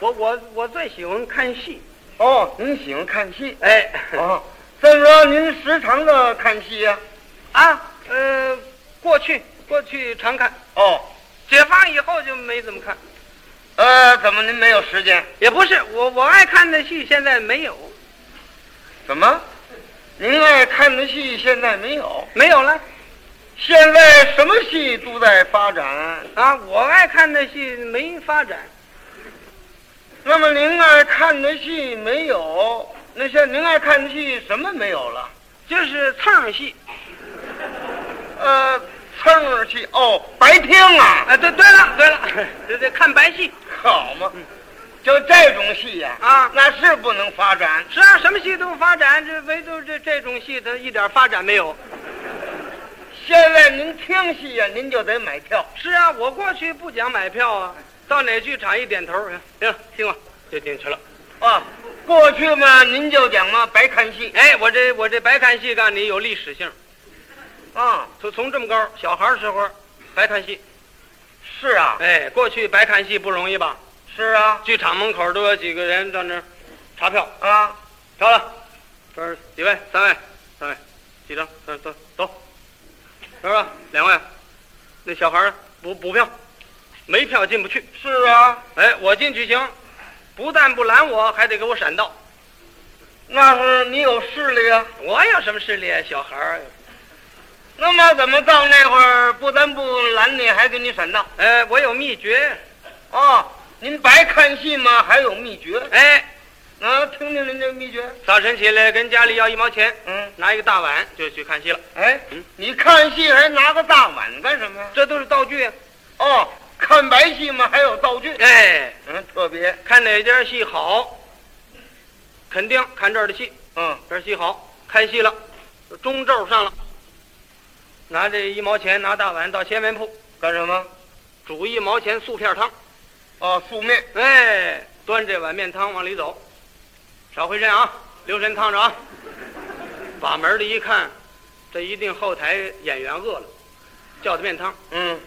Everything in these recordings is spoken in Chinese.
我我最喜欢看戏，哦，您喜欢看戏？哎，哦，这么说您时常的看戏呀、啊，呃，过去过去常看，哦，解放以后就没怎么看，嗯呃，怎么您没有时间？也不是我我爱看的戏现在没有怎么？您爱看的戏现在没有？没有了现在什么戏都在发展。啊，我爱看的戏没发展，那么您爱看的戏没有？那现在您爱看的戏什么没有了？就是蹭戏，呃，蹭儿戏哦，白听啊，啊，对对了对了，这这看白戏好嘛，就这种戏呀、啊，那是不能发展。实际上啊什么戏都发展，这唯独这这种戏它一点发展没有。现在您听戏呀、您就得买票。是啊，我过去不讲买票啊，到哪剧场一点头，哎行了，听话就进去了。啊，过去嘛，您就讲嘛，白看戏哎，我这我这白看戏，告诉你有历史性，啊，从从这么高小孩儿时候白看戏，是啊，哎，过去白看戏不容易吧？是啊，剧场门口都有几个人到那儿查票，啊，着了，这儿几位？三位，三位，几张？走走走，是吧？两位，那小孩儿补补票，没票进不去。是啊，哎，我进去行，不但不拦我，还得给我闪到。那是你有势力啊。我有什么势力啊？小孩儿，那么怎么到那会儿不但不拦你，还给你闪到？哎，我有秘诀，啊，您白看戏嘛，还有秘诀？哎，啊，听听您这秘诀。早晨起来跟家里要一毛钱，嗯，拿一个大碗就去看戏了。哎嗯，你看戏还拿个大碗干什么呀？这都是道具啊，哦，看白戏嘛，还有道具。哎，嗯，特别。看哪家戏好，肯定看这儿的戏，嗯，这儿戏好，开戏了，中轴上了，拿这一毛钱拿大碗到鲜面铺干什么？煮一毛钱素片汤，哦，素面。哎，端这碗面汤往里走，少回身啊，留神烫着啊。把门儿里一看，这一定后台演员饿了，叫的面汤，嗯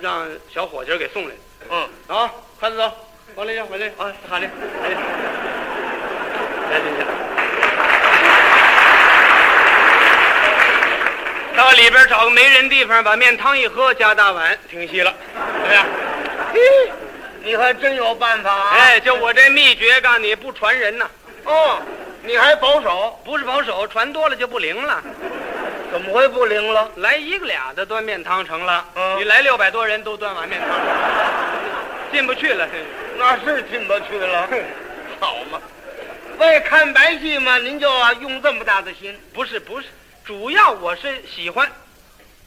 让小伙计儿给送来 嗯，的啊，快点走，往里走，往里走啊，喊里，喊里，来进去了。到里边找个没人地方，把面汤一喝，加大碗，停戏了，怎么样？嘿，你还真有办法啊！哎，就我这秘诀，告诉你不传人呐、哦，你还保守，不是保守，传多了就不灵了。怎么会不灵了？来一个俩的端面汤成了，嗯你来六百多人都端碗面汤了，进不去了。那是进不去了，好嘛。为看白戏嘛，您就啊用这么大的心。不是不是，主要我是喜欢，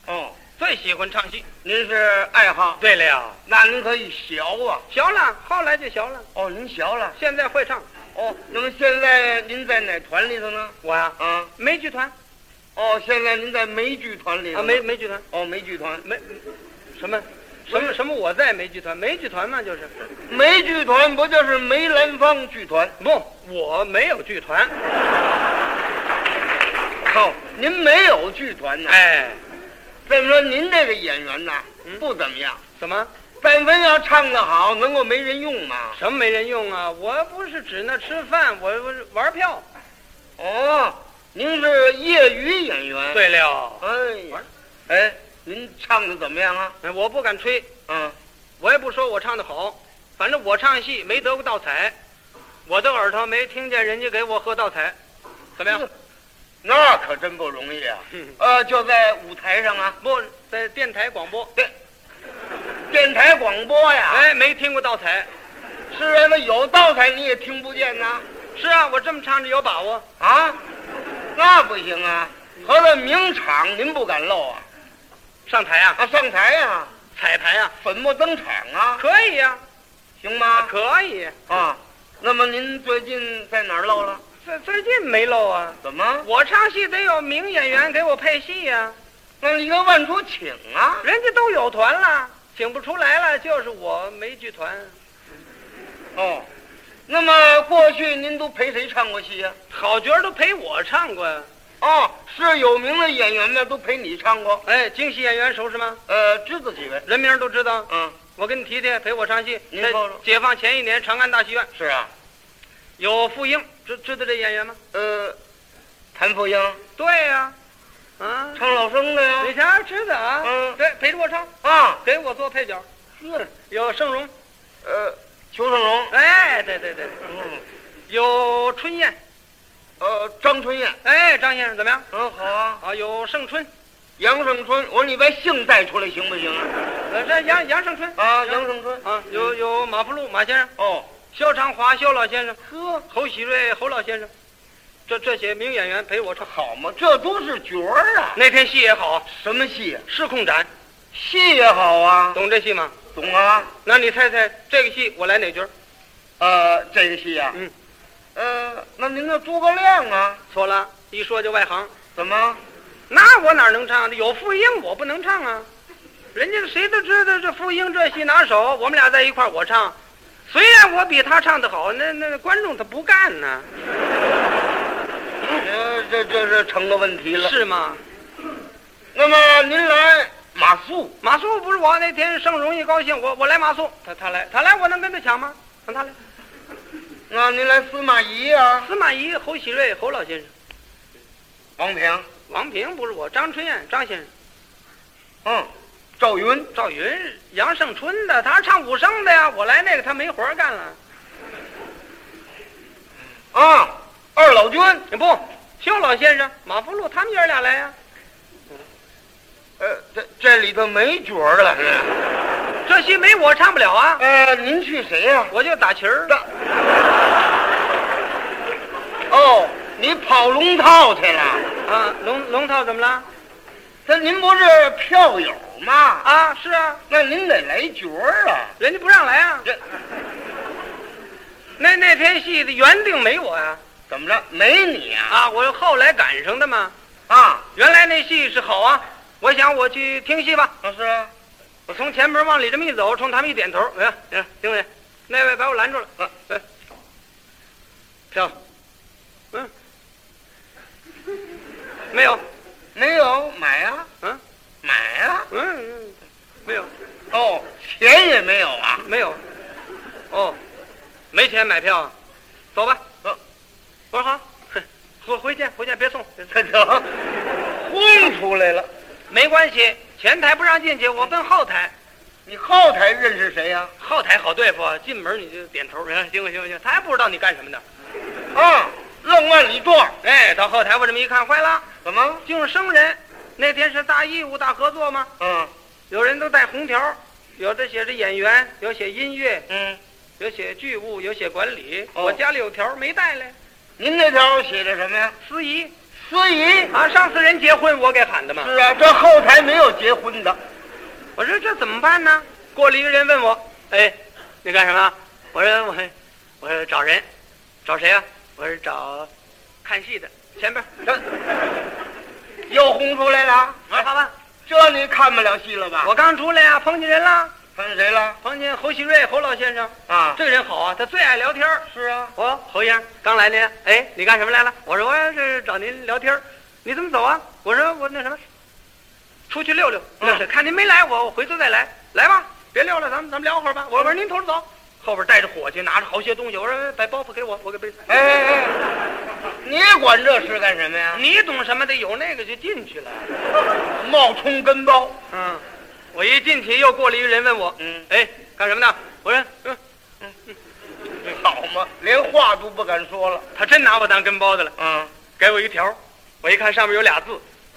哦，最喜欢唱戏。您是爱好，对了呀，那您可以学啊。学了，后来就学了，哦，您学了。现在会唱。哦，那么现在您在哪团里头呢？我呀、啊，没剧团哦，现在您在梅剧团里头啊，没没剧团，哦，梅剧团，没什么什么什么，我在没剧团，没剧团嘛就是梅剧团不就是梅兰芳剧团？不，我没有剧团。哦，您没有剧团呢。哎，再说您这个演员呐嗯，不怎么样。怎么但凡要啊唱得好，能够没人用吗？什么没人用啊？我不是指那吃饭，我我是玩票。哦，您是业余演员。。对了，哎呀，哎，您唱的怎么样啊？哎我不敢吹。嗯，我也不说我唱的好，反正我唱戏没得过倒彩，我的耳朵没听见人家给我喝倒彩，怎么样？那可真不容 易啊。呃，就在舞台上啊，不，在电台广播，电台广播呀。，哎，没听过倒彩。是啊，那有道台你也听不见呐。是啊，我这么唱着有把握。啊，那不行啊。合着名场您不敢露啊？上台啊，啊，上台呀、彩排啊，粉墨登场啊，可以呀、行吗？可以。啊，那么您最近在哪儿露了？最最近没漏啊，怎么？我唱戏得有名演员给我配戏呀、那一个万出请啊！人家都有团了，请不出来了，就是我没剧团。哦，那么过去您都陪谁唱过戏呀、啊好角儿都陪我唱过呀，哦，是有名的演员呢，都陪你唱过。哎，京戏演员熟识吗？呃，知道几位？人名都知道。嗯，我跟你提提，陪我上戏。您在报上解放前一年，长安大戏院是啊。有傅英，知知道这演员吗？呃，谭富英对呀、啊，唱老生的李呀。霞知道啊。嗯对，陪着我唱，啊，给我做配角。是。有盛荣，呃，裘盛戎。哎，对对对，嗯。有春燕，呃，张春燕。哎，张先生怎么样？嗯，好啊。啊，有盛春，杨胜春，我说你把姓带出来行不行啊？呃，这杨杨盛春啊，杨胜春。啊，有有马福禄马先生，哦，肖长华肖老先生，呵，侯喜瑞侯老先生，这这些名演员陪我唱。好嘛，这都是角儿啊。那天戏也好，什么戏呀？失控斩，戏也好啊，懂这戏吗？懂啊。那你猜猜这个戏我来哪角儿？呃，这个戏呀、嗯，呃，那您的诸葛亮啊，错了，一说就外行。怎么？那我哪能唱？有傅英我不能唱啊，人家谁都知道这傅英这戏拿手，我们俩在一块儿我唱，虽然我比他唱的好，那那观众他不干呢，呃，这这是成个问题了。。嗯是吗？那么您来马谡，马谡不是我那天盛荣一高兴，我我来马谡，他他来他来，我能跟他抢吗？让他来。那您来司马懿啊，司马懿、侯喜瑞、侯老先生、王平，王平不是我，张春燕、张先生、嗯，赵云，赵云、杨胜春的，他唱武生的呀，我来那个他没活儿干了。啊，二老君，不，肖老先生、马福禄他们爷儿俩来呀、呃，这这里头没角儿了嗯是。这戏没我唱不了啊，呃，您去谁呀、我就打旗儿。哦，你跑龙套去了？啊，龙龙套怎么了？这您不是票友吗？啊，是啊，那您得来角儿啊。人家不让来啊。这那那天戏的原定没我呀、怎么着？没你啊，啊？我后来赶上的嘛。啊，原来那戏是好啊，我想我去听戏吧。老师啊，我从前门往里这么一走，冲他们一点头，哎呀，哎呀，经理，那位把我拦住了，啊，哎，票，嗯，没有，没有买啊，嗯买啊。嗯，嗯没有，哦，钱也没有啊。没有，哦，没钱买票啊，走吧，嗯我说好，哼回回见，回见，别送，别送这就轰啊出来了。没关系，前台不让进去，我奔后台。你后台认识谁呀、后台好对付，进门你就点头，哎，行了行了行了，他还不知道你干什么呢。啊？愣往里撞，哎，到后台我这么一看，坏了，怎么？净生人。那天是大义务大合作吗？嗯有人都带红条，有的写着演员，有写音乐，嗯，有写剧务，有写管理。哦我家里有条没带来，您那条写的什么呀？司仪司仪。啊，上次人结婚我给喊的嘛。是啊，这后台没有结婚的。我说这怎么办呢？过来一个人问我，哎，你干什么？我说我，我说找人，找谁啊？我说找看戏的，前边。又轰出来了。啊我说好吧，这你看不了戏了吧？我刚出来呀、啊碰见人了，看谁了？碰见侯喜瑞侯老先生，啊，这个人好啊，他最爱聊天儿。是啊。我说侯先生刚来您，哎，你干什么来了？我说我这是找您聊天儿你怎么走啊？我说我那什么，出去溜溜，嗯那是看您没来，我我回头再来，来吧，别溜了，咱们咱们聊会儿嗯吧。我说您头着走，后边带着伙计，拿着好些东西，我说哎把包袱给我，我给背。哎哎哎，你管这事干什么呀？你懂什么？得有那个就进去了。冒充跟包。嗯，我一进去又过来一个人问我，嗯，哎，干什么呢？我说，嗯。好嘛，连话都不敢说了。他真拿我当跟包的了，嗯，给我一条儿，我一看上面有俩字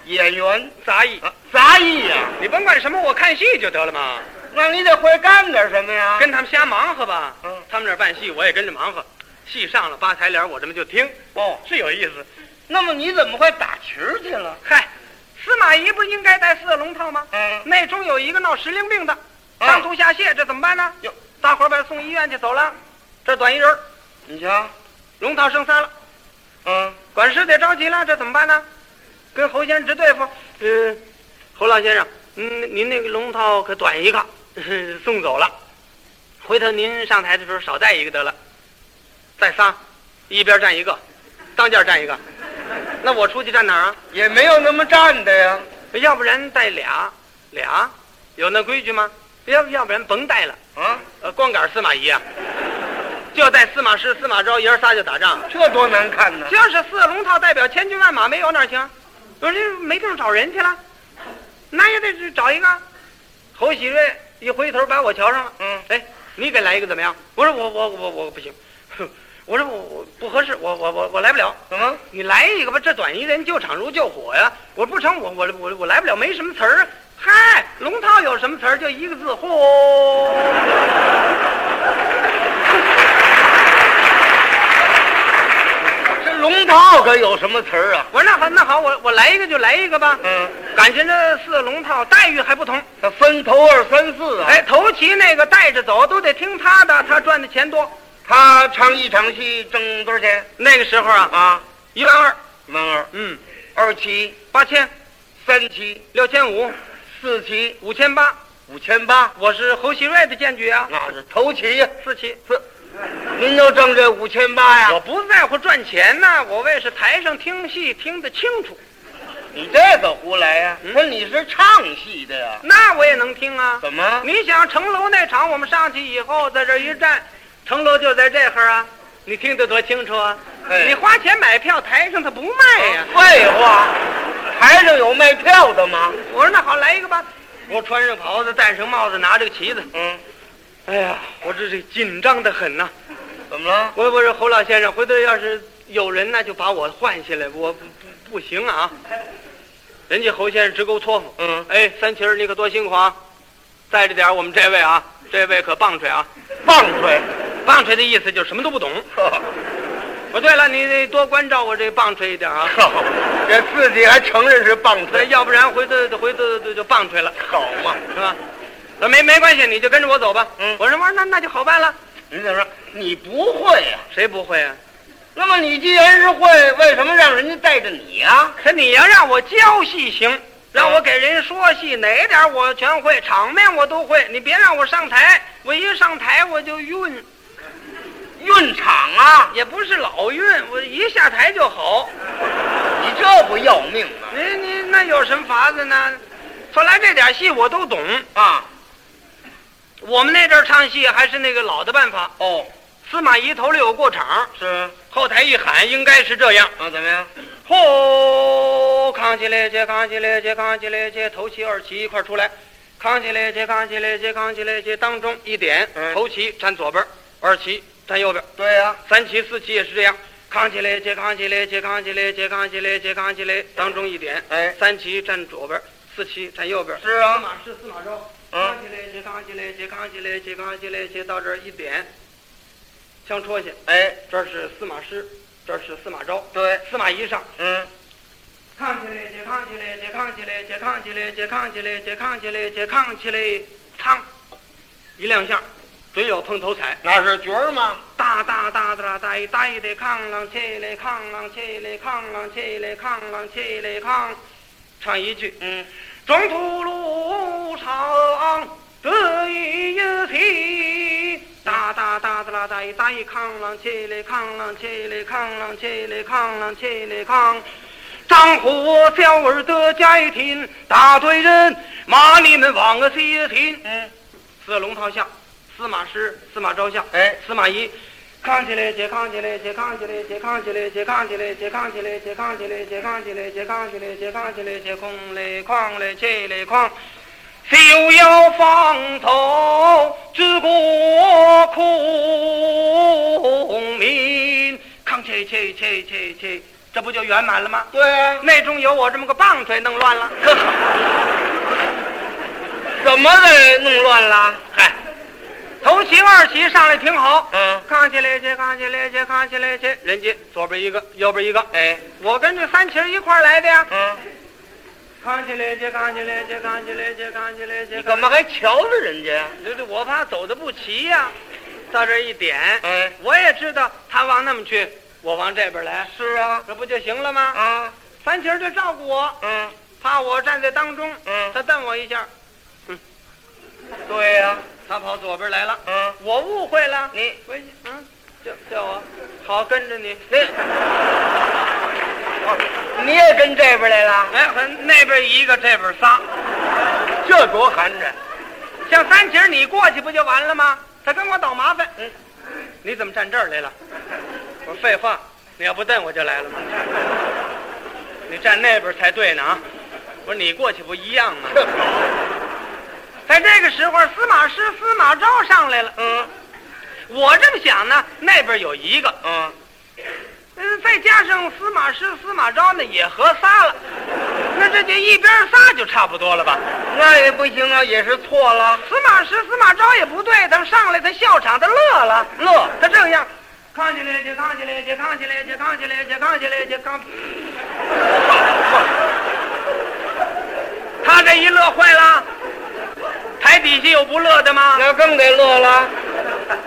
演员“杂役啊，杂役呀、”，你甭管什么，我看戏就得了嘛，那你得会干点什么呀？跟他们瞎忙活吧。啊嗯他们那儿办戏，我也跟着忙活，戏上了八抬帘儿，我这么就听，哦，是有意思。那么你怎么会打旗儿去了？嗨，司马懿不应该戴四个龙套吗？嗯，那中有一个闹时令病的，嗯上吐下泻，这怎么办呢哟？大伙儿把他送医院去，走了，这短一人儿，你瞧，龙套剩仨了。嗯，管事得着急了，这怎么办呢？跟侯先生直对付。呃，侯老先生，嗯您您那个龙套可短一个，呃送走了。回头您上台的时候少带一个得了，带仨，一边站一个，当间站一个。那我出去站哪儿啊？也没有那么站的呀。要不然带俩俩，有那规矩吗？要要不然甭带了，啊，呃，光杆司马懿啊，就带司马师、司马昭，爷儿仨就打仗。这多难看呢！就是四龙套代表千军万马，没有哪儿行？我这没地方找人去了，那也得去找一个。侯喜瑞一回头把我瞧上了，嗯，哎，你给来一个怎么样？我说我我我我不行， 我说我我不合适，我我我我来不了。怎么？你来一个吧，这短衣人救场如救火呀！我不成，我我我我来不了，没什么词儿。嗨，龙套有什么词儿？就一个字，嚯！这龙套可有什么词儿啊？我说那好，那好，我我来一个就来一个吧。嗯，感情这四龙套待遇还不同，他分头二三四啊。哎，，头旗那个带着走都得听他的，他赚的钱多。他唱一场戏挣多少钱那个时候啊，啊？一万二，门儿嗯，二七、八千、三七、六千五、四七、五千八，五千八，我是侯喜瑞的荐举啊，那是头七呀。四旗。您就挣这五千八我呀？不在乎赚钱呐、我为是台上听戏听得清楚，你这个胡来呀？那你是唱戏的呀？那我也能听啊。怎么？你想城楼那场，我们上去以后，在这儿一站，城楼就在这会儿啊，你听得多清楚啊！哎你花钱买票，台上他不卖呀、废话，台上有卖票的吗？我说那好，来一个吧。我穿上袍子，戴上帽子，拿着个旗子，嗯，哎呀，我这是紧张的很呐、怎么了？我我说侯老先生，回头要是有人呢，就把我换下来，我不不不行啊！人家侯先生直勾搓磨。嗯，哎，三旗儿你可多辛苦啊！带着点儿我们这位啊，这位可棒槌啊！棒槌。 棒槌的意思就是什么都不懂。哦，对了，你得多关照我这棒槌一点啊，好，这自己还承认是棒那槌，要不然回头回头就就棒槌了，好嘛？是吧？那没没关系，你就跟着我走吧。嗯我说我说那那就好办了，您怎么说？你不会呀、谁不会啊？那么你既然是会，为什么让人家带着你呀、可你要让我教戏行，让我给人说戏，哪点儿我全会，场面我都会。你别让我上台，我一上台我就晕，运场啊，也不是老晕，我一下台就好。你这不要命啊吗？你你那有什么法子呢？后来这点戏我都懂。啊，我们那阵儿唱戏还是那个老的办法，哦，司马懿头里有过场，是啊，后台一喊，应该是这样：怎么样？吼，扛起来，接扛起来，接扛起来，接头旗、二旗一块儿出来，扛起来，接扛起来，接扛起来，接当中一点嗯，头旗站左边，二旗站右边，对呀、三旗、四旗也是这样，扛起来，接扛起来，接扛起来，接扛起来，接扛起来，当中一点，哎，三旗站左边，四旗站右边。是啊司，马氏、司马昭，嗯扛起来，斜扛起来，斜扛起来，斜扛起来，斜到这儿一点，枪戳下，哎，这儿是司马师，这儿是司马昭，对，司马懿上，嗯，扛起来，斜扛起来，斜扛起来，斜扛起来，斜扛起来，斜扛起来，斜扛起来，仓，一亮相，准有碰头彩，那是角儿吗？哒哒哒哒哒一哒一的扛啷起来，扛啷起来，扛啷起来，扛啷起来，扛，唱一句。嗯，中途路上这一起，哒哒哒哒啦哒一哒一扛啷起来扛啷起来扛啷起来扛啷起来扛。张火小儿的家一听，大队人骂你们往个西听。嗯，四龙套下，司马师、司马昭下，哎，司马懿。扛起来，解扛起来，解扛起来，解扛起来，解扛起来，解扛起来，解扛起来，解扛起来，解扛起来，解扛起来，解空嘞，哐嘞，起嘞，哐。休要放头治国苦民，扛起起起起起，这不就圆满了吗？对啊呀、内中有我这么个棒槌弄乱了。 怎么给弄乱了？嗨，头旗二旗上来挺好，嗯，扛起来去，扛起来去，扛起来去。人家左边一个，右边一个，哎，我跟这三旗儿一块儿来的呀。嗯，扛起来去，扛起来去，扛起来去，扛起来去。你干嘛？还瞧着人家呀？这这我怕走的不齐呀、到这儿一点，哎，我也知道他往那么去，我往这边来，是啊，这不就行了吗？啊，三旗儿就照顾我，嗯怕我站在当中，嗯，他瞪我一下，嗯对呀、他跑左边来了，嗯，我误会了。你喂，嗯，叫叫我，好跟着你。那，你也跟这边来了？哎，那边一个，这边仨。这多寒碜！像三姐儿你过去不就完了吗？他跟我倒麻烦。嗯，你怎么站这儿来了？我说废话，你要不瞪我就来了吗？你站那边才对呢啊！我说你过去不一样吗？在这个时候，司马师、司马昭上来了。嗯我这么想呢，那边有一个，嗯，嗯，再加上司马师、司马昭呢，也合仨了。那这就一边仨就差不多了吧？那也不行啊，也是错了。司马师、司马昭也不对，他上来他笑场，他乐了。乐，他这样，扛起来，就扛起来，就扛起来，就扛起来，就扛起来，就扛。他这一乐坏了，台底下有不乐的吗？那更得乐了。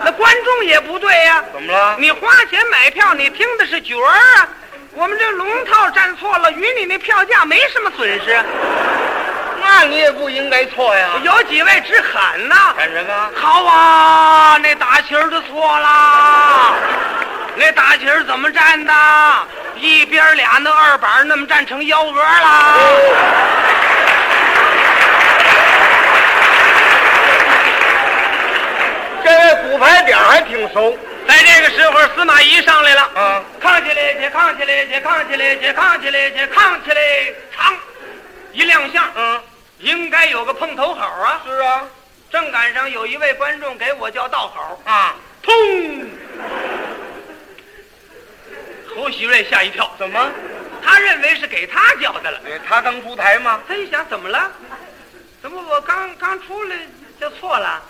那观众也不对呀、怎么了？你花钱买票，你听的是角儿啊。我们这龙套站错了，与你那票价没什么损失。那你也不应该错呀。有几位直喊呐，喊什么？好啊，那打旗儿的错啦，那打旗儿怎么站的？一边俩那二板儿那么站成幺蛾儿啦。这位骨牌点儿还挺熟在这个时候，司马懿上来了，啊。扛起来，姐，扛起来，姐，扛起来，姐，扛起来，姐，扛起来，扛，一亮相，嗯，应该有个碰头口啊。是啊。正赶上有一位观众给我叫道口，啊，通！侯喜瑞吓一跳，怎么？他认为是给他叫的了。哎，他刚出台吗？他一想，怎么了？怎么我刚刚出来就错了？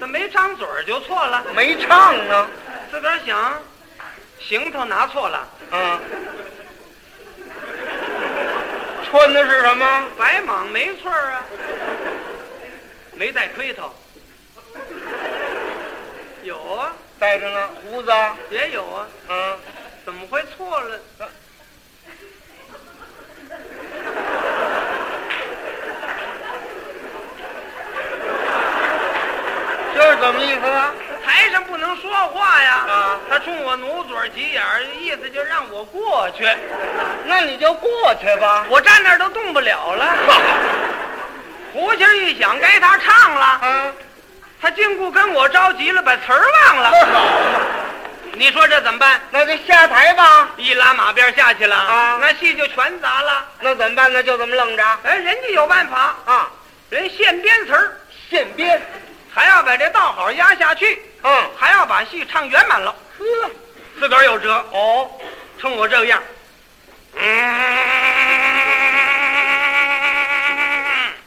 怎么没张嘴儿就错了？没唱呢。自个儿想，行头拿错了，嗯。穿的是什么？白蟒没错儿啊，没带盔头。有啊，戴着呢，胡子。也有啊，嗯。怎么会错了？这是怎么意思啊？台上不能说话呀！啊他冲我努嘴挤眼儿，意思就让我过去。那你就过去吧。我站那儿都动不了了。胡琴儿一响，该他唱了。啊，他竟顾跟我着急了，把词儿忘那了。好嘛，你说这怎么办？那就下台吧。一拉马鞭下去了，啊那戏就全砸了。那怎么办呢？就这么愣着哎，人家有办法，啊？人现编词儿，现编。还要把这道好压下去，嗯。还要把戏唱圆满了。呵。自个儿有辙，哦。冲我这样。嗯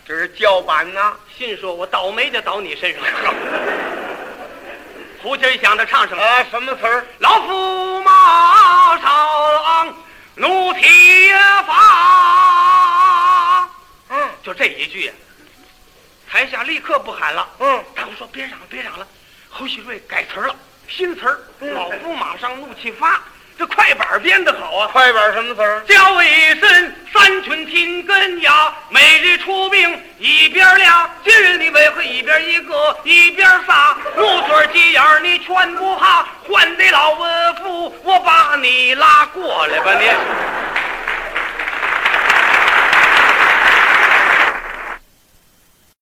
这是叫板呐、信说：“我倒霉就倒你身上。”胡琴儿一想，他唱什么？啊，什么词儿？老驸马朝郎怒铁发，嗯就这一句呀，台下立刻不喊了。嗯，大伙说：“别嚷了，别嚷了！”侯喜瑞改词儿了，新词儿。嗯老驸马上怒气发，这快板儿编得好啊！快板什么词儿？叫一声三寸听根牙，每日出兵一边俩，今日你为何一边一个一边仨？木嘴鸡眼儿你全不怕，换得老文夫，我把你拉过来吧你。